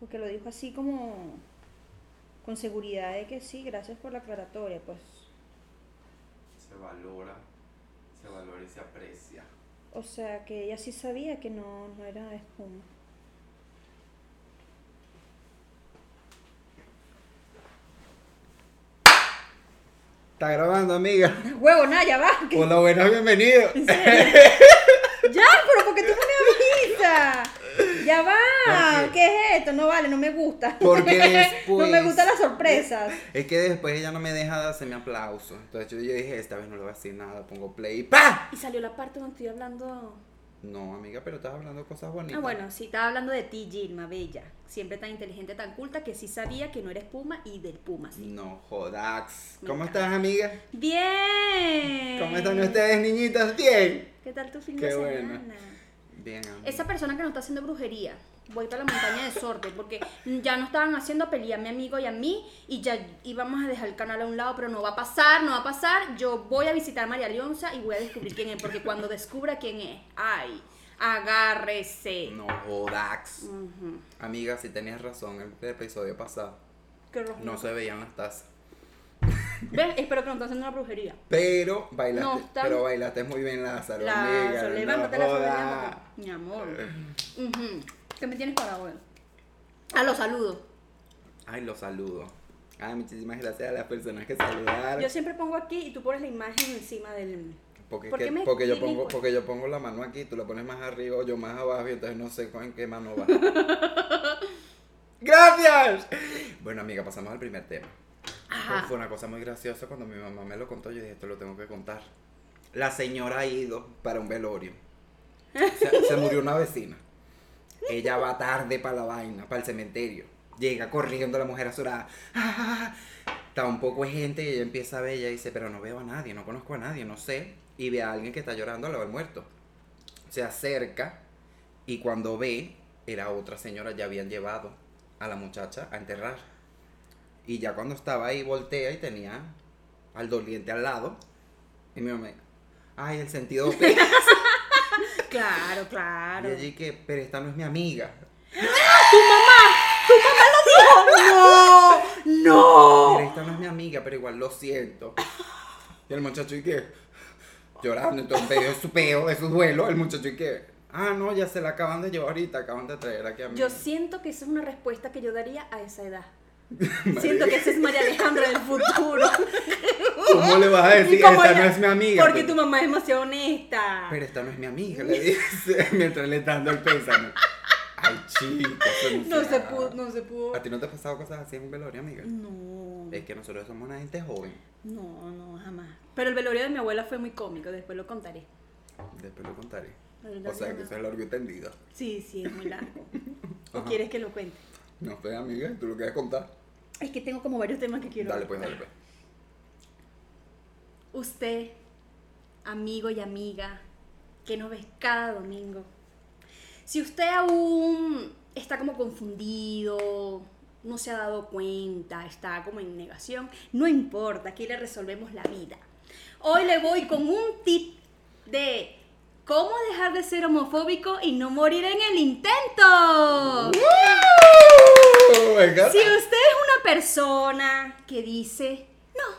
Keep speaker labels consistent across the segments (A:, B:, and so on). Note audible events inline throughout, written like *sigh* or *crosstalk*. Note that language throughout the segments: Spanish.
A: porque lo dijo así como con seguridad de que sí, gracias por la aclaratoria, pues.
B: Se valora, se valora y se aprecia.
A: O sea, que ella sí sabía que no, no era espuma.
C: Está grabando, amiga.
A: *laughs* Huevo, nada, ya va. que-
C: Hola, buenas, bienvenido.
A: ¿En
C: *laughs*
A: serio? ya, pero porque tú no me avisas. Ya va.
C: ¿Por qué?
A: ¿Qué es esto? No vale, no me gusta.
C: Porque después-
A: *laughs* no me gustan las sorpresas.
C: Es que después ella no me deja darse mi aplauso. Entonces yo, yo dije, esta vez no le voy a decir nada, pongo play y ¡pa!
D: Y salió la parte donde estoy hablando.
C: No, amiga, pero estás hablando cosas bonitas.
D: Ah, bueno, sí, estaba hablando de ti, Gilma, bella. Siempre tan inteligente, tan culta, que sí sabía que no eres Puma y del Puma, sí.
C: No jodax.
D: Me
C: ¿Cómo
D: encanta. Eh.
C: estás, amiga?
D: ¡Bien!
C: ¿Cómo están ustedes, niñitas? Bien.
D: ¿Qué tal tu fin
C: Qué
D: de
C: bueno.
D: semana?
C: Bien, amiga.
D: Esa persona que nos está haciendo brujería, voy para la montaña de sorte, porque ya no estaban haciendo pelea a mi amigo y a mí, y ya íbamos a dejar el canal a un lado, pero no va a pasar, no va a pasar. Yo voy a visitar a María Leonza y voy a descubrir quién es, porque cuando descubra quién es, ¡ay! Agárrese.
C: No jodax.
D: Ujú.
C: Amiga, si tenías razón el episodio pasado.
D: Qué rojo.
C: No se veían las tazas.
D: ¿Ves? Espero que no esté haciendo una brujería.
C: Pero bailaste,
D: No, está-
C: pero bailaste muy bien, Lázaro,
D: La
C: amiga.
D: sol,
C: no
D: levántate la sol,
C: joda.
D: levántate. Mi amor. Ujú. ¿Qué me tienes para hoy? A los saludos.
C: Ay, los saludo. Ay, muchísimas gracias a las personas que saludaron.
D: Yo siempre pongo aquí y tú pones la imagen encima del.
C: Porque,
D: ¿Por
C: que-
D: qué me
C: porque yo
D: explico?
C: pongo, porque yo pongo la mano aquí, tú la pones más arriba o yo más abajo, y entonces no sé con en qué mano
D: *laughs*
C: va. ¡Gracias! Bueno, amiga, pasamos al primer tema.
D: Ajá.
C: Fue una cosa muy graciosa cuando mi mamá me lo contó, yo dije, esto lo tengo que contar. La señora ha ido para un velorio. Se, se murió una vecina. Ella va tarde para la vaina, para el cementerio. Llega corriendo la mujer azorada. ¡Ah! Está un poco de gente y ella empieza a ver, ella dice, pero no veo a nadie, no conozco a nadie, no sé. Y ve a alguien que está llorando al lado del muerto. Se acerca y cuando ve, era otra señora, ya habían llevado a la muchacha a enterrar. Y ya cuando estaba ahí, voltea y tenía al doliente al lado. Y mi mamá, ay,
D: *laughs*
C: el sentido pésame".
D: Claro, claro.
C: Y allí que, pero esta no es mi amiga.
D: ¡No!
C: Pero esta no es mi amiga, pero igual lo siento. Y el muchacho y que, llorando, entonces medio de su peo, de su duelo, el muchacho y que, ah, no, ya se la acaban de llevar ahorita, acaban de traer aquí a mí.
D: Yo siento que esa es una respuesta que yo daría a esa edad. Siento que esa es María Alejandra del futuro.
C: ¿Cómo le vas a decir?
D: Y como
C: Esta
D: ella-
C: no es mi amiga.
D: Porque
C: pero-
D: tu mamá es demasiado honesta.
C: Pero esta no es mi amiga, le dice, *laughs* mientras le está dando el pésame. Ay, chica,
D: no se
C: pronunciada.
D: pudo, no se pudo.
C: ¿A ti Eh. no te ha pasado cosas así en un velorio, amiga?
D: No.
C: Es que nosotros somos una gente joven.
D: No, no, jamás. Pero el velorio de mi abuela fue muy cómico, después lo contaré.
C: Después lo contaré.
D: Ay,
C: O sea, que eso es largo y tendido.
D: Sí, sí, es muy
C: *laughs*
D: largo. ¿O
C: Ajá.
D: quieres que lo cuente?
C: No sé, amiga, tú lo quieres contar.
D: Es que tengo como varios temas que quiero.
C: Dale, pues, dale, pues.
D: Usted, amigo y amiga, que nos ves cada domingo. Si usted aún está como confundido, no se ha dado cuenta, está como en negación, no importa, aquí le resolvemos la vida. Hoy le voy con un tip de cómo dejar de ser homofóbico y no morir en el intento.
C: Oh, my God.
D: Si usted es una persona que dice, no,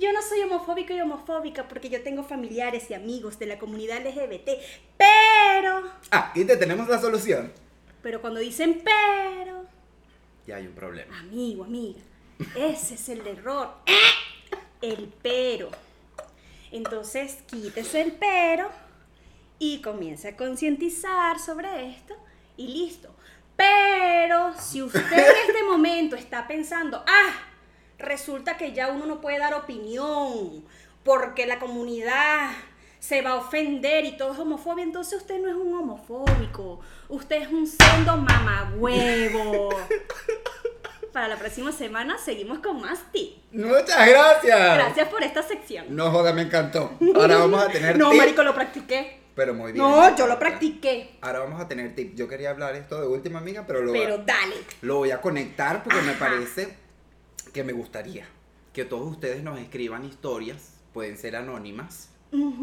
D: yo no soy homofóbico y homofóbica porque yo tengo familiares y amigos de la comunidad LGBT, pero,
C: Aquí Ah, te tenemos la solución.
D: pero cuando dicen pero,
C: Ya hay un problema.
D: amigo, amiga, ese es el error, el pero. Entonces quítese el pero y comience a concientizar sobre esto y listo. Pero si usted en este momento está pensando, ah, resulta que ya uno no puede dar opinión porque la comunidad se va a ofender y todo es homofobia, entonces usted no es un homofóbico, usted es un sendo mamagüevo. Para la próxima semana seguimos con más tips.
C: Muchas gracias.
D: Gracias por esta sección.
C: No joda, me encantó. Ahora vamos a tener
D: No,
C: tip,
D: marico, lo practiqué.
C: Pero muy bien.
D: No, yo lo practiqué.
C: Ahora vamos a tener tip. Yo quería hablar esto de última, amiga, pero lo
D: Pero dale.
C: lo voy a conectar porque me
D: Ajá.
C: parece que me gustaría que todos ustedes nos escriban historias, pueden ser anónimas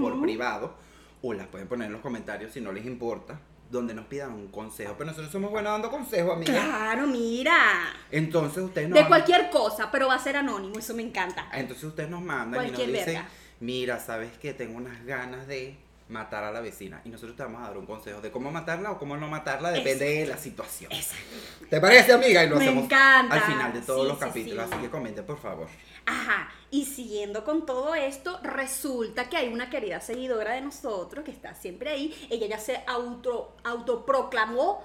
C: por privado o las pueden poner en los comentarios si no les importa. donde nos pidan un consejo. Pero nosotros somos buenos dando consejos, amiga.
D: Claro, mira.
C: Entonces ustedes nos
D: de
C: han-
D: cualquier cosa, pero va a ser anónimo, eso me encanta.
C: Entonces ustedes nos mandan y nos
D: Cualquier
C: dicen,
D: verga.
C: mira, sabes que tengo unas ganas de matar a la vecina. Y nosotros te vamos a dar un consejo de cómo matarla o cómo no matarla, depende de la situación.
D: Exacto.
C: ¿Te parece, amiga? Y lo
D: Me
C: hacemos
D: encanta.
C: al final de todos
D: Sí,
C: los
D: sí,
C: capítulos.
D: sí.
C: Así que comenten, por favor.
D: Ajá, y siguiendo con todo esto, resulta que hay una querida seguidora de nosotros que está siempre ahí. Ella ya se auto, autoproclamó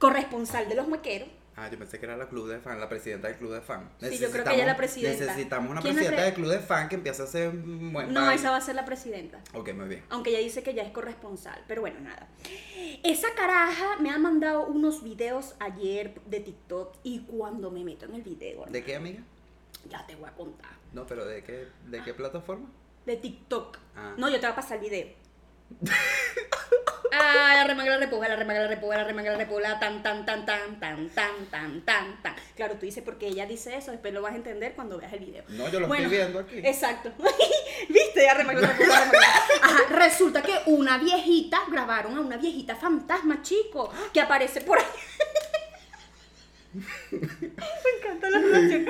D: corresponsal de los muequeros.
C: Ah, yo pensé que era la club de fan, la presidenta del club de fan.
D: Sí, yo creo que ella es la presidenta.
C: Necesitamos una
D: ¿Quién es
C: presidenta
D: pre-
C: del club de fan que empiece a hacer un buen
D: No,
C: pan.
D: esa va a ser la presidenta.
C: Ok, muy bien.
D: Aunque ella dice que ya es corresponsal, pero bueno, nada. Esa caraja me ha mandado unos videos ayer de TikTok y cuando me meto en el video,
C: ¿De qué, amiga?
D: ya te voy a contar.
C: No, pero ¿de qué, de qué plataforma?
D: *laughs* De TikTok.
C: Ah.
D: No, yo te voy a pasar el
C: *laughs*
D: video. Ah, la remanga, la repuja, la remanga, la repuja, la remanga, la repuja, tan, tan, tan, tan, tan, tan, tan, tan, tan. Claro, tú dices porque ella dice eso, después lo vas a entender cuando veas el video.
C: No, yo lo estoy viendo aquí.
D: Exacto. *laughs* ¿Viste? Ya remangó, remangó, remangó. Ajá, resulta que una viejita, grabaron a una viejita fantasma, chico, que aparece por ahí. *laughs* Me encanta la
C: *laughs*
D: canción.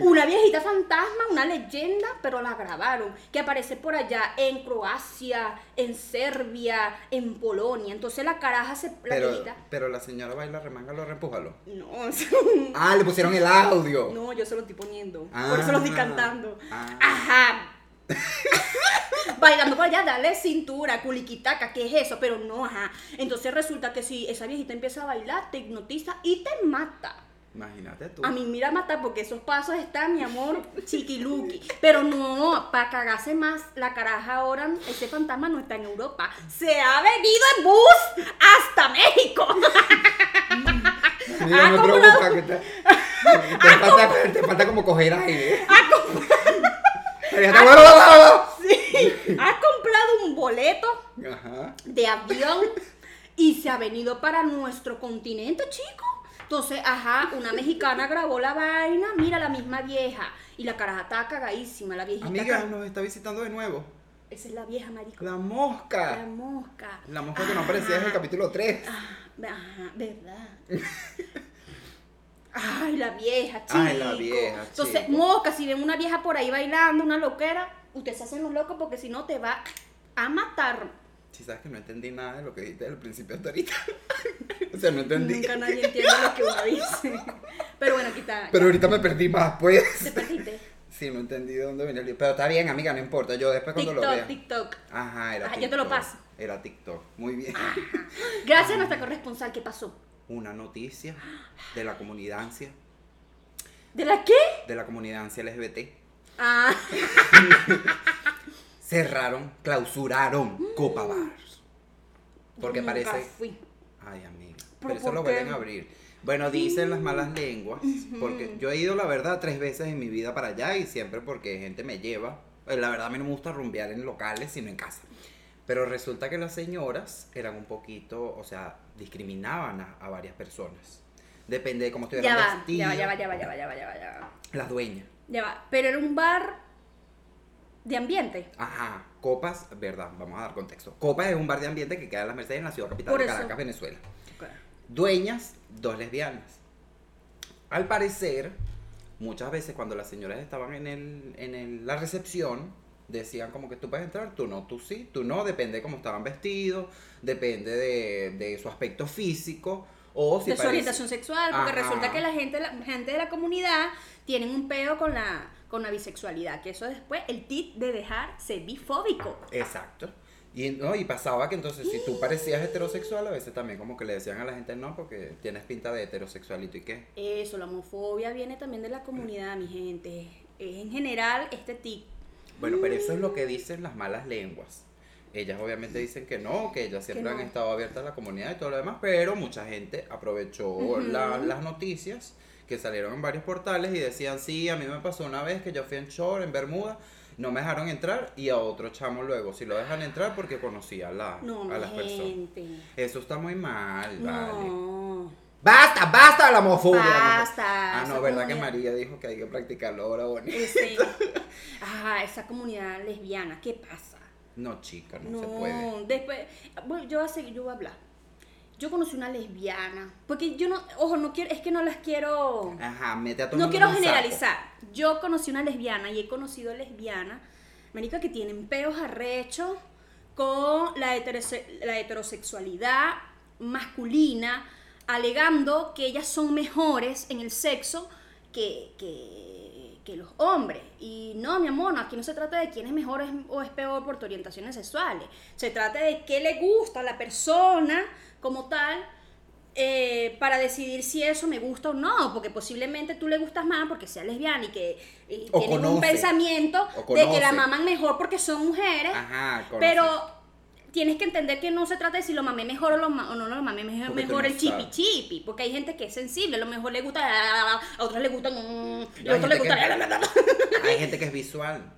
D: Una viejita fantasma, una leyenda, pero la grabaron, que aparece por allá en Croacia, en Serbia, en Polonia. Entonces la caraja se... La
C: Pero,
D: viejita-
C: pero la señora baila, remángalo, repújalo.
D: No, *laughs*
C: Ah, le pusieron el audio.
D: no, yo se lo estoy poniendo.
C: Ah.
D: por eso lo estoy cantando.
C: Ah.
D: Ajá. *laughs* Bailando por allá, dale cintura, culiquitaca, ¿qué es eso? Pero no, ajá. Entonces resulta que si esa viejita empieza a bailar, te hipnotiza y te mata.
C: Imagínate tú.
D: A mí mira matar porque esos pasos están, mi amor, chiquiluqui. Pero no, para cagarse más, la caraja ahora, ese fantasma no está en Europa. Se ha venido en bus hasta México.
C: *laughs* Mira,
D: Ah,
C: me
D: ¿cómo Ah,
C: preocupa
D: *laughs*
C: que te, te falta, te falta como coger aire. *laughs* Pero ya está-
D: *laughs* Ah, Sí, ha comprado un boleto
C: Ajá.
D: de avión y se ha venido para nuestro continente, chico. Entonces, ajá, una mexicana grabó la vaina, mira la misma vieja. Y la caraja está cagadísima, la viejita.
C: Amiga,
D: ca-
C: nos está visitando de nuevo.
D: Esa es la vieja, marico.
C: La
D: La
C: mosca.
D: mosca.
C: La mosca que nos aparecía en el
D: Ajá.
C: capítulo 3.
D: Ah, Ajá,
C: *laughs*
D: ¿verdad? Ay, la vieja, chico.
C: Ay, la vieja,
D: Entonces,
C: chico.
D: mosca, si ven una vieja por ahí bailando, una loquera, ustedes se hacen los locos porque si no te va a matar.
C: Si sabes que no entendí nada de lo que dijiste del principio hasta ahorita. *laughs* o sea, no entendí.
D: Nunca nadie entiende lo que uno dice. Pero bueno, aquí está.
C: *laughs* Pero ahorita me perdí más, pues.
D: Te
C: *laughs*
D: perdiste.
C: Sí, no entendí de dónde venía el lío. Pero está bien, amiga, no importa. Yo después cuando lo
D: TikTok,
C: vea.
D: TikTok.
C: Ajá, era
D: Ajá,
C: TikTok.
D: yo te lo paso.
C: Era TikTok. Muy bien.
D: Gracias a nuestra corresponsal, ¿qué pasó?
C: Una noticia de la comunidad ansia,
D: ¿De la qué?
C: de la comunidad ansia LGBT.
D: Ah,
C: Cerraron, clausuraron Copa Bar. Porque
D: Mm. nunca
C: parece.
D: fui.
C: Ay, amiga.
D: ¿Pero
C: Pero eso
D: por
C: lo
D: qué? Mm.
C: vuelven a abrir. Bueno, dicen las malas lenguas. Porque yo he ido, la verdad, tres veces en mi vida para allá y siempre porque gente me lleva. Eh, La verdad, a mí no me gusta rumbear en locales, sino en casa. Pero resulta que las señoras eran un poquito, o sea, discriminaban a, a varias personas. Depende de cómo
D: Ya
C: estuvieran
D: va, ya va,
C: vestidas.
D: ya va, ya va, ya va, ya va, ya va, ya va.
C: Las dueñas.
D: Ya va. Pero era un bar de ambiente.
C: Ajá, Copas, verdad, vamos a dar contexto. Copas es un bar de ambiente que queda en las Mercedes en la ciudad capital
D: Por
C: de
D: eso.
C: Caracas, Venezuela. Dueñas, dos lesbianas. Al parecer, muchas veces cuando las señoras estaban en, el, en el- la recepción, decían como que tú puedes entrar, tú no, tú sí, tú no, depende de cómo estaban vestidos, depende de, de su aspecto físico o si
D: de su
C: parece-
D: orientación sexual, porque
C: Ajá.
D: resulta que la gente, la gente de la comunidad tienen un peo con la, con la bisexualidad, que eso después, el tip de dejarse bifóbico.
C: Exacto. Y, no, y pasaba que entonces si tú parecías heterosexual, a veces también como que le decían a la gente, no, porque tienes pinta de heterosexualito y qué.
D: Eso, la homofobia viene también de la comunidad, mi gente. Es en general este tip.
C: Bueno, pero eso es
D: Mm.
C: lo que dicen las malas lenguas. Ellas obviamente dicen que no, que ellas siempre
D: no.
C: han estado abiertas a la comunidad y todo lo demás, pero mucha gente aprovechó la- las noticias que salieron en varios portales y decían, sí, a mí me pasó una vez que yo fui en short, en Bermuda, no me dejaron entrar y a otro chamo luego, si lo dejan entrar porque conocía a, la-
D: No,
C: a
D: mi
C: las personas.
D: gente.
C: Eso está muy mal, vale.
D: No.
C: ¡Basta, basta de la homofobia! la homo-
D: Basta,
C: Ah,
D: esa
C: no, verdad que
D: comunidad. Este,
C: María dijo que hay *laughs* que practicarlo ahora, bonito.
D: Ese- ajá, esa comunidad lesbiana, ¿qué pasa?
C: No, chica, no,
D: No,
C: se puede.
D: después, bueno, yo voy a seguir, yo voy a hablar. Yo conocí una lesbiana, porque yo no, ojo, no quiero, es que no las quiero,
C: Ajá, mete a todo el
D: no
C: mundo
D: quiero
C: en un saco.
D: generalizar. Yo conocí una lesbiana y he conocido lesbianas, marica, que tienen peos arrechos con la, heterose- la heterosexualidad masculina, alegando que ellas son mejores en el sexo que, que- que los hombres. Y no, mi amor, no, aquí no se trata de quién es mejor es- o es peor por tus orientaciones sexuales. Se trata de qué le gusta a la persona como tal eh, para decidir si eso me gusta o no, porque posiblemente tú le gustas más porque sea lesbiana y que y
C: O
D: tienes un
C: conoce.
D: pensamiento
C: O
D: de que la
C: conoce.
D: maman mejor porque son mujeres,
C: Ajá, conoce.
D: ¿eh? pero tienes que entender que no se trata de si lo mamé mejor o, lo ma- o no lo mamé mejo- mejor,
C: Porque tú no
D: el chipi
C: sabes.
D: chipi, porque hay gente que es sensible, a lo mejor le gusta, a otros le gusta,
C: Hay
D: a otros le
C: gente
D: gusta.
C: que- Hay gente que es visual.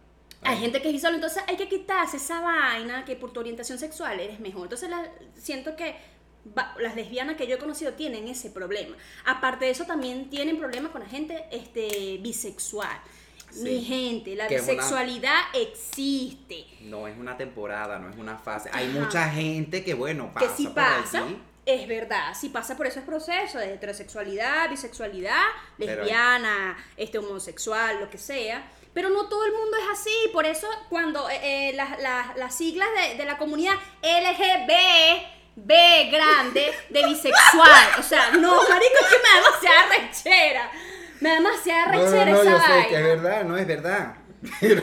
D: Hay gente que es visual, entonces hay que quitarse esa vaina que por tu orientación sexual eres mejor. Entonces la- siento que va- las lesbianas que yo he conocido tienen ese problema. Aparte de eso, también tienen problemas con la gente este, bisexual.
C: Sí.
D: Mi gente, la
C: Que es una-
D: bisexualidad existe.
C: No es una temporada, no es una fase. Hay
D: Ajá.
C: mucha gente que, bueno,
D: que
C: pasa
D: si
C: por
D: pasa,
C: allí.
D: es verdad, si pasa por esos procesos de heterosexualidad, bisexualidad,
C: Pero-
D: lesbiana, este homosexual, lo que sea. Pero no todo el mundo es así, por eso cuando eh, eh, las, las- las siglas de, de la comunidad LGB, B grande, de bisexual, o sea, no, marico, es que me da demasiada rechera, me da demasiada
C: No,
D: rechera
C: no, no,
D: esa
C: yo
D: vaina.
C: sé que es verdad, no es verdad. *laughs* Pero-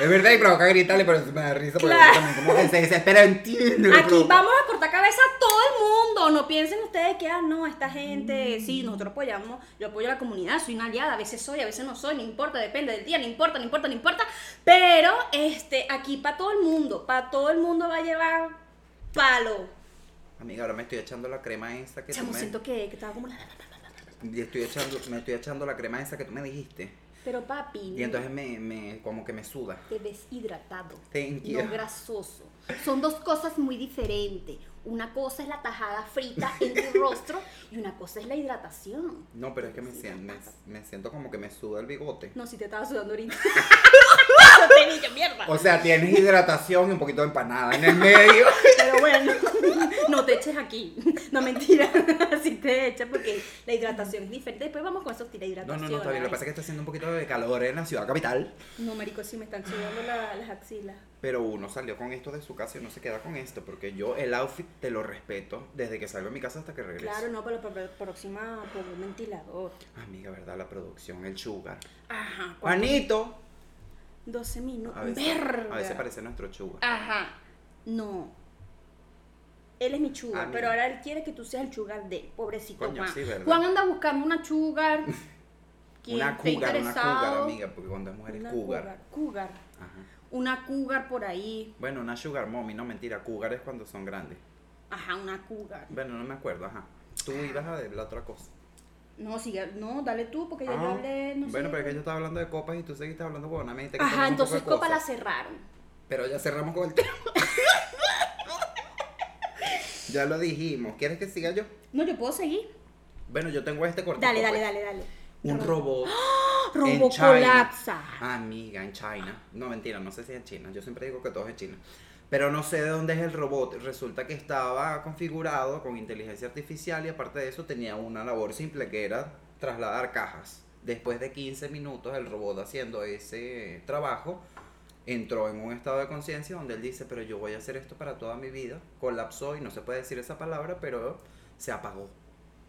C: es verdad y provoca gritarle, pero me da risa porque
D: Claro.
C: también como que se desespera entiendo. lo
D: Aquí
C: provoca.
D: vamos a cortar cabeza a todo el mundo. No piensen ustedes que, ah, no, esta gente,
C: Mm.
D: sí, nosotros apoyamos, yo apoyo a la comunidad, soy una aliada, a veces soy, a veces no soy, no importa, depende del día, no importa, no importa, no importa. Pero, este, aquí para todo el mundo, para todo el mundo va a llevar palo.
C: Amiga, ahora me estoy echando la crema esa que tú
D: Chamo,
C: me...
D: siento que, que estaba como la... la, la, la, la.
C: y estoy echando, me estoy echando la crema esa que tú me dijiste.
D: Pero papi,
C: Y entonces me, me como que me suda.
D: te ves hidratado,
C: Thank you.
D: no grasoso. Son dos cosas muy diferentes. Una cosa es la tajada frita en
C: *laughs*
D: tu rostro y una cosa es la hidratación.
C: No, pero es que me siento, me, me siento como que me suda el bigote.
D: No, si te estaba sudando ahorita. No *laughs* te dije, mierda.
C: O sea, tienes hidratación y un poquito de empanada en
D: *laughs*
C: el medio.
D: Pero bueno, no te eches aquí. No mentira, *laughs* si te echas porque la hidratación es diferente. Después vamos con esos tira
C: No,
D: hidratación.
C: no, no, está bien. Lo que pasa es que está haciendo un poquito de calor en la ciudad capital.
D: No, marico, sí me están sudando la- las axilas.
C: Pero uno salió con esto de su casa y no se queda con esto. Porque yo el outfit te lo respeto desde que salgo de mi casa hasta que regreso.
D: Claro, no, pero para la próxima por un ventilador.
C: Amiga, ¿verdad? La producción, el sugar.
D: Ajá. ¿cuánto?
C: Juanito.
D: 12
C: A
D: minutos.
C: veces,
D: Verga.
C: a veces parece nuestro sugar.
D: Ajá. No. Él es mi
C: Ah,
D: chugar,
C: mira.
D: pero ahora él quiere que tú seas el chugar de él, pobrecito
C: Coño,
D: Juan.
C: sí, ¿verdad?
D: Juan anda buscando una
C: *laughs*
D: chugar. Quien
C: Una
D: esté
C: cougar, una cougar,
D: interesado.
C: amiga. Porque cuando es mujer es
D: Una
C: cougar.
D: cougar.
C: Ajá.
D: Una cougar por ahí.
C: Bueno, una sugar mommy, no mentira. Cougar es cuando son grandes.
D: Ajá, una cougar.
C: Bueno, no me acuerdo, ajá. Tú ibas a la otra cosa.
D: No, sigue, no, dale tú, porque yo
C: Ah,
D: ya hablé, no sé.
C: bueno, pero es que yo estaba hablando de copas y tú seguiste hablando con una mente.
D: Ajá, entonces Copa la cerraron.
C: Pero ya cerramos con
D: *laughs*
C: el tema. ya lo dijimos. ¿Quieres que siga yo?
D: No, yo puedo seguir.
C: Bueno, yo tengo este cortito.
D: Dale, dale,
C: pues.
D: dale, dale. ¡Ah!
C: Un robot. en
D: Robo
C: China.
D: colapsa.
C: Amiga, en China. No, mentira, no sé si en China. Yo siempre digo que todo es en China. Pero no sé de dónde es el robot. Resulta que estaba configurado con inteligencia artificial y aparte de eso tenía una labor simple que era trasladar cajas. Después de 15 minutos el robot haciendo ese trabajo entró en un estado de conciencia donde él dice, pero yo voy a hacer esto para toda mi vida. Colapsó y no se puede decir esa palabra, pero se apagó.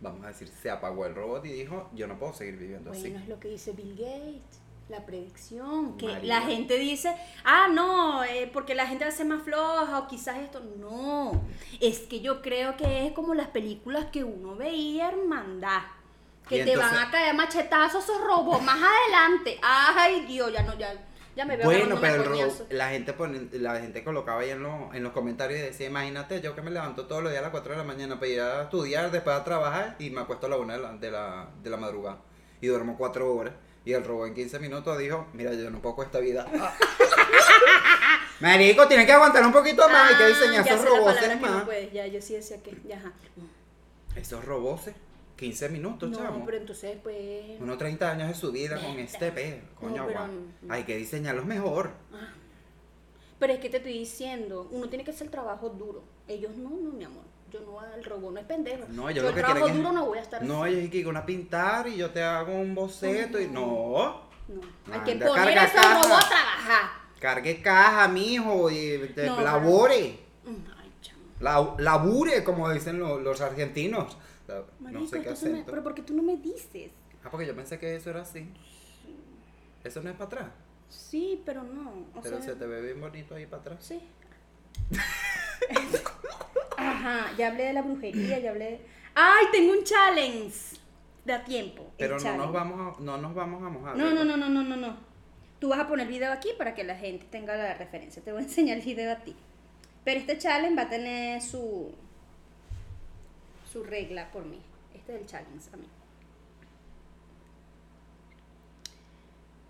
C: Vamos a decir, se apagó el robot y dijo, yo no puedo seguir viviendo
D: Bueno,
C: así.
D: es lo que dice Bill Gates, la predicción, que
C: María.
D: la gente dice, ah, no, eh, porque la gente va a ser más floja o quizás esto. No, es que yo creo que es como las películas que uno veía, hermandad. Que
C: Y
D: te van
C: entonces-
D: a caer machetazos esos robos más adelante. Ay, Dios, ya no, ya, ya me veo
C: Bueno,
D: agarrándome
C: pero el
D: a
C: robot-
D: coñazo.
C: la gente pone- la gente colocaba ahí en, lo- en los comentarios y decía, imagínate yo que me levanto todos los días a las 4 de la mañana para ir a estudiar, después a trabajar y me acuesto a la 1 de la, de la, de la madrugada y duermo 4 horas. Y el robot en 15 minutos dijo, mira, yo no puedo con
D: *laughs*
C: esta vida. Marico, tienes que aguantar un poquito más, hay que
D: Ah,
C: diseñar
D: ya
C: esos
D: sé la
C: robots
D: palabra que no
C: más.
D: puedes, ya, yo sí decía que, ya, ajá.
C: esos robots, 15 minutos,
D: No,
C: chamo.
D: pero entonces, pues...
C: Unos 30 años
D: *laughs*
C: de su vida con este pedo, coño,
D: pero
C: guau.
D: no.
C: Hay que diseñarlos mejor.
D: Ah. Pero es que te estoy diciendo, uno tiene que hacer trabajo duro. Ellos no, no, mi amor. Yo no, el robot no es pendejo.
C: No, yo,
D: el
C: lo que
D: trabajo
C: quieren es-
D: duro no voy a estar
C: No,
D: así.
C: yo que van a pintar y yo te hago un boceto y no.
D: No. Hay
C: Anda,
D: que poner
C: carga
D: a esos robots
C: caja.
D: a trabajar.
C: Cargue caja, mijo, y te-
D: No,
C: labore.
D: Mm, Ay, chamo.
C: La- labure, como dicen lo- los argentinos. La- no
D: Marico,
C: sé qué
D: entonces me-
C: acento.
D: pero ¿por qué tú no me dices?
C: Ah, porque yo pensé que eso era así. Eso no es para atrás.
D: Sí, pero no. O
C: Pero
D: sea,
C: se te ve bien bonito ahí para atrás. *laughs*
D: Sí. Ajá, ya hablé de la brujería, ya hablé de... ¡Ay, tengo un challenge! Da tiempo. el
C: Pero no
D: challenge.
C: nos vamos a, no nos vamos a mojar.
D: No, no,
C: ¿verdad?
D: no, no, no, no, no. Tú vas a poner el video aquí para que la gente tenga la referencia. Te voy a *laughs* enseñar el video a ti. Pero este challenge va a tener su su regla por mí. Este es el challenge a mí.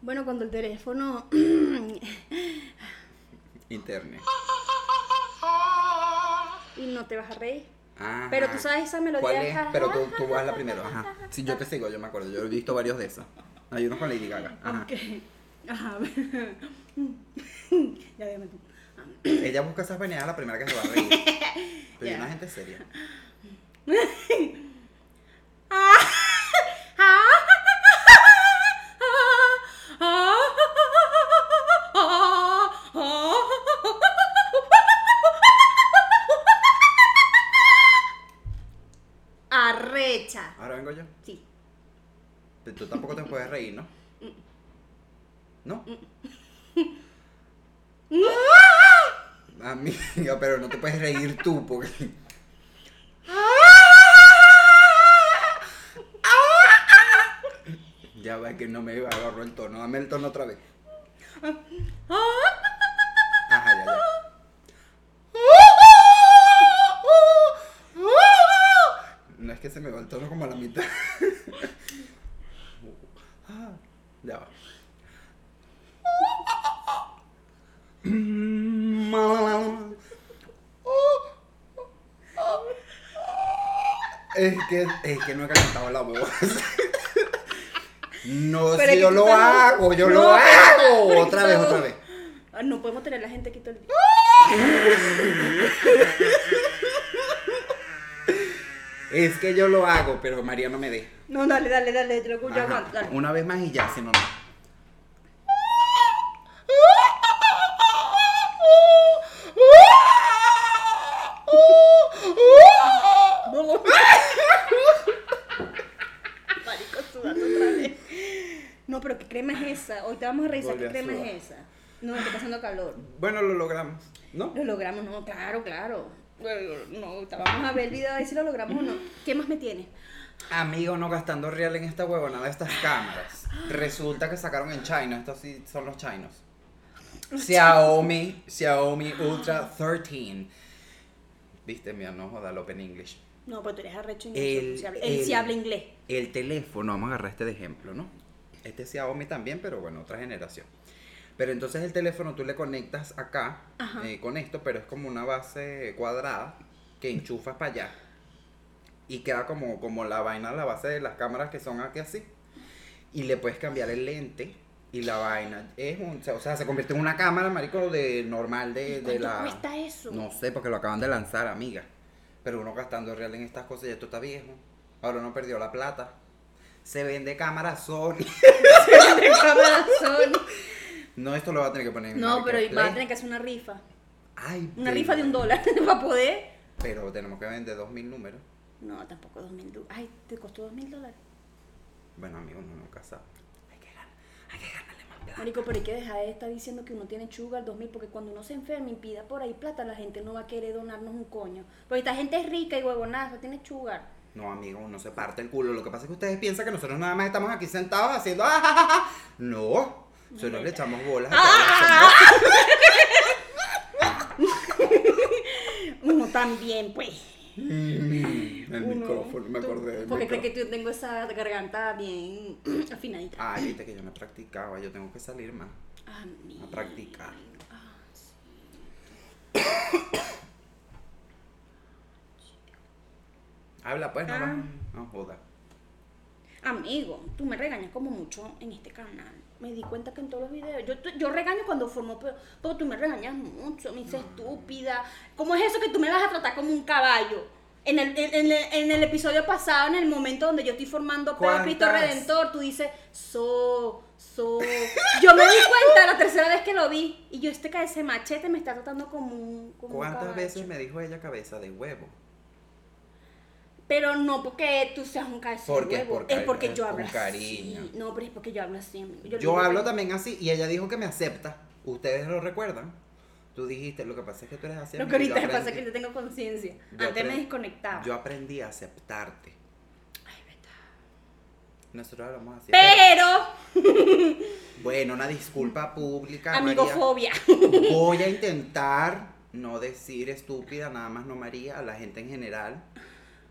D: Bueno, cuando el teléfono *clears throat*
C: Internet.
D: y no te vas a reír.
C: Ajá.
D: Pero tú sabes esa melodía.
C: ¿Cuál es?
D: Ja,
C: Pero tú,
D: ja,
C: tú
D: ja,
C: vas la
D: ja,
C: primero.
D: ja,
C: Ajá.
D: ja, ja.
C: Sí, yo te sigo, yo me acuerdo. Yo he visto varios de esos. Hay unos con Lady Gaga. Ajá.
D: Ok. *laughs* Ajá. ya dime tú.
C: Ella busca esas veneadas la primera que se va a reír. Pero hay
D: Ya.
C: una gente seria.
D: Arrecha.
C: Ahora vengo yo.
D: Sí.
C: Pero Tú tampoco te puedes reír, ¿no? ¿No? Amiga, pero no te puedes reír tú porque... *laughs* Ya va que no me agarró el tono. Dame el tono otra vez. Ajá, ya, ya. No es que se me va el tono como a la mitad. Ah, ya va. Es que, es que no he calentado la voz. No,
D: Pero
C: Pues si
D: es
C: yo
D: que
C: lo
D: tú estás-
C: hago, yo
D: No,
C: lo
D: pero-
C: hago.
D: pero es que
C: Otra vez,
D: tú-
C: otra vez.
D: Ah, No podemos tener la gente aquí todo el día.
C: Es que yo lo hago, pero María no me deja.
D: No, dale, dale, dale, yo, yo
C: Ajá,
D: aguanto, dale.
C: Una vez más y ya, si no, no.
D: Marico, sudando otra vez. No, pero ¿qué crema es esa? Hoy te vamos a revisar
C: Volví
D: qué
C: a
D: crema
C: sudar.
D: es esa. No, está haciendo calor.
C: Bueno, lo logramos, ¿no?
D: Lo logramos, no, claro, claro. Bueno, No, te- vamos a ver el video a ver si lo logramos o no. ¿Qué más me tienes?
C: Amigo, no gastando real en esta huevonada de estas cámaras. Resulta que sacaron en China, estos sí son los chinos. Xiaomi, Xiaomi Ultra 13. Viste, mira, no joda el Open English.
D: No, pero tú eres arrecho en
C: El-
D: eso. si habla- Él sí
C: el-
D: habla inglés.
C: *laughs* El teléfono, vamos a agarrar este de ejemplo, ¿no? Este es Xiaomi también, pero bueno, otra generación. Pero entonces el teléfono tú le conectas acá
D: Ajá.
C: eh, con esto, pero es como una base cuadrada que enchufas para allá. Y queda como, como la vaina, la base de las cámaras que son aquí así. Y le puedes cambiar el lente y la vaina. Es un, o sea, se convierte en una cámara, marico, de normal de, de
D: ¿Cuánto
C: la...
D: cuesta eso?
C: No sé, porque lo acaban de lanzar, amiga. Pero uno gastando real en estas cosas, ya esto está viejo. Ahora uno perdió la plata. Se vende cámara Sony. *laughs*
D: De cámara Sony.
C: No, esto lo va a tener que poner en
D: No, pero va a
C: Marketplace.
D: tener que hacer una rifa.
C: Ay,
D: Una
C: pero-
D: rifa de un dólar *laughs* para poder.
C: Pero tenemos que vender dos mil números.
D: No, tampoco dos mil dólares. Ay, te costó dos mil dólares.
C: Bueno, amigo, uno nunca sabe.
D: Marico, pero hay que dejar de estar diciendo que uno tiene sugar 2000 porque cuando uno se enferma y pida por ahí plata, la gente no va a querer donarnos un coño. Porque esta gente es rica y huevonada, no tiene sugar.
C: No, amigo, uno se parte el culo. Lo que pasa es que ustedes piensan que nosotros nada más estamos aquí sentados haciendo. "Ah, ja, ja, ja". No, nosotros le echamos bolas
D: Ah,
C: a todas las
D: Uno también, pues.
C: Mm, El
D: Uno-
C: micrófono, me
D: tú-
C: acordé del
D: Porque
C: micrófono.
D: creo que yo tengo esa garganta bien *clears throat* afinadita.
C: Ay, Ah, viste que yo no practicaba, yo tengo que salir más.
D: Ah, mira.
C: a
D: *coughs*
C: practicar. Habla pues, no,
D: Ah.
C: no joda.
D: Amigo, tú me regañas como mucho en este canal. me di cuenta que en todos los videos, yo, yo regaño cuando formo, pero, pero tú me regañas mucho, me dices estúpida. ¿Cómo es eso que tú me vas a tratar como un caballo? En el, en, en el- en el episodio pasado, en el momento donde yo estoy formando Pedro Cristo
C: ¿Cuántas?
D: Redentor, tú dices, so, so. Yo me di cuenta la tercera vez que lo vi, y yo este ca- ese machete me está tratando como un. Como un
C: ¿Cuántas
D: caballo.
C: veces me dijo ella cabeza de huevo?
D: Pero no porque tú seas un cabezón
C: Porque es
D: nuevo,
C: por cari-
D: es porque yo
C: con
D: hablo
C: cariño.
D: así. No, pero es porque yo hablo así, amigo.
C: Yo,
D: le digo,
C: hablo
D: "Ven".
C: también así y ella dijo que me acepta. ¿Ustedes lo recuerdan? Tú dijiste, lo que pasa es que tú eres así.
D: Lo que
C: amigo, y yo
D: ahorita pasa es que
C: aprendí-
D: yo tengo conciencia.
C: yo
D: Antes me
C: aprendí-
D: desconectaba.
C: Yo aprendí a aceptarte. Nosotros hablamos así. pero-
D: pero,
C: Bueno, una disculpa pública. María.
D: amigofobia.
C: Voy a intentar no decir estúpida, nada más no María, a la gente en general.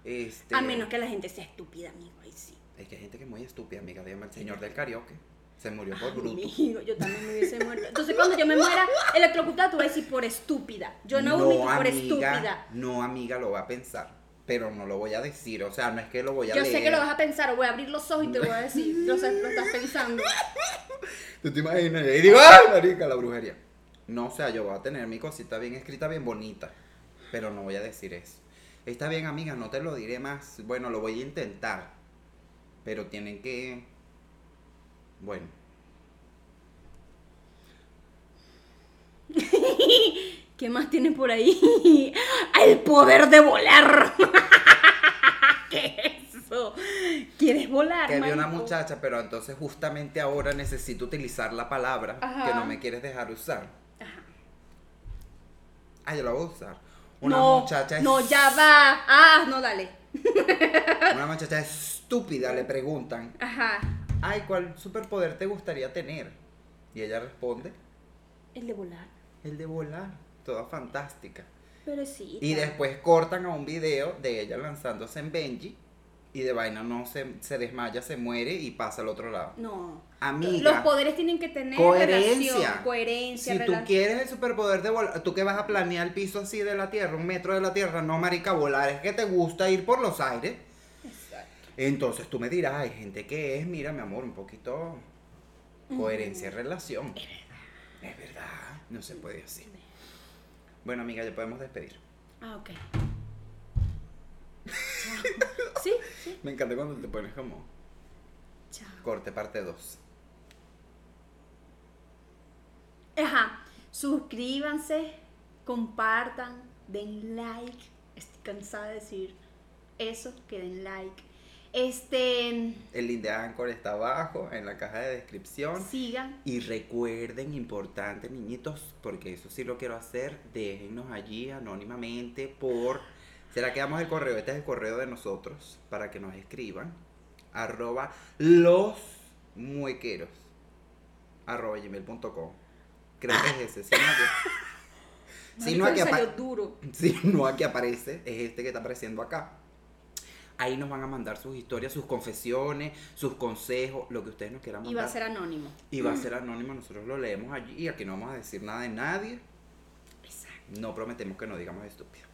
C: Este,
D: *laughs* A menos que la gente sea estúpida, amigo. Ahí sí.
C: Es que hay gente que es muy estúpida, amiga. Dígame, el señor del karaoke se murió por bruto.
D: Amigo, yo también me hubiese muerto. Entonces, cuando yo me muera electrocutada, tú vas a decir por estúpida. Yo no, vomito por estúpida.
C: No, amiga, lo va a pensar. Pero no lo voy a decir. O sea, no es que lo voy a
D: Yo
C: leer.
D: sé que lo vas a pensar, o voy a abrir los ojos y te voy a decir, lo, sé- lo estás pensando.
C: Tú te imaginas. Y digo, ¡ah, marica, la brujería! No, o sea, yo voy a tener mi cosita bien escrita, bien bonita. Pero no voy a decir eso. Está bien, amiga, no te lo diré más. Bueno, lo voy a intentar. Pero tienen que. Bueno.
D: ¿Qué más tienes por ahí? *laughs* El poder de volar. *laughs* ¿Qué es eso? ¿Quieres volar?
C: Que había una
D: marico?
C: muchacha, pero entonces justamente ahora necesito utilizar la palabra
D: Ajá.
C: que no me quieres dejar usar. Ah, yo la voy a usar. Una
D: no,
C: muchacha es
D: No, ya va. Ah, no, dale.
C: Una muchacha estúpida le preguntan,
D: Ajá.
C: ay, ¿cuál superpoder te gustaría tener? Y ella responde,
D: El de volar.
C: el de volar, toda fantástica.
D: Pero sí.
C: Y
D: tal.
C: después cortan a un video de ella lanzándose en Benji y de vaina no se, se desmaya, se muere y pasa al otro lado.
D: No. Los
C: Amiga,
D: poderes tienen que tener
C: coherencia.
D: relación, coherencia,
C: si tú
D: relación.
C: quieres el superpoder de volar, tú que vas a planear el piso así de la tierra, un metro de la tierra, no marica, volar es que te gusta ir por los aires. Entonces tú me dirás, hay gente que es, mira, mi amor, un poquito coherencia y relación. Es verdad. Es verdad. No se puede así. Bueno, amiga, ya podemos despedir.
D: Ah, ok. Chao. sí, sí.
C: Me encanta cuando te pones como
D: Chao.
C: corte parte 2.
D: Ajá. Suscríbanse, compartan, den like. Estoy cansada de decir eso, que den like. Este,
C: El link de Anchor está abajo en la caja de descripción.
D: sigan.
C: Y recuerden, importante, niñitos, porque eso sí lo quiero hacer, déjennos allí anónimamente por... ¿Será que damos el correo? Este es el correo de nosotros, para que nos escriban. Arroba los muequeros. Arroba gmail.com. Creo que es ese. Si no, aquí,
D: *laughs*
C: si no,
D: Marico,
C: aquí
D: le salió
C: apa-
D: duro.
C: *laughs* si no, aquí aparece, es este que está apareciendo acá. Ahí nos van a mandar sus historias, sus confesiones, sus consejos, lo que ustedes nos quieran mandar.
D: Y va a ser anónimo.
C: Y va a ser anónimo, nosotros lo leemos allí y aquí no vamos a decir nada de nadie. No prometemos que no digamos estúpido.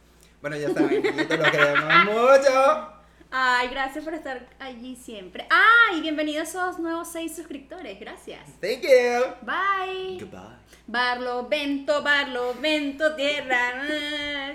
C: Bueno, ya saben, *laughs* niñitos, los queremos mucho.
D: Ay, gracias por estar allí siempre. Ay, bienvenidos a esos nuevos seis suscriptores. Gracias.
C: Thank you.
D: Bye.
C: Goodbye.
D: Barlovento, Barlovento, tierra.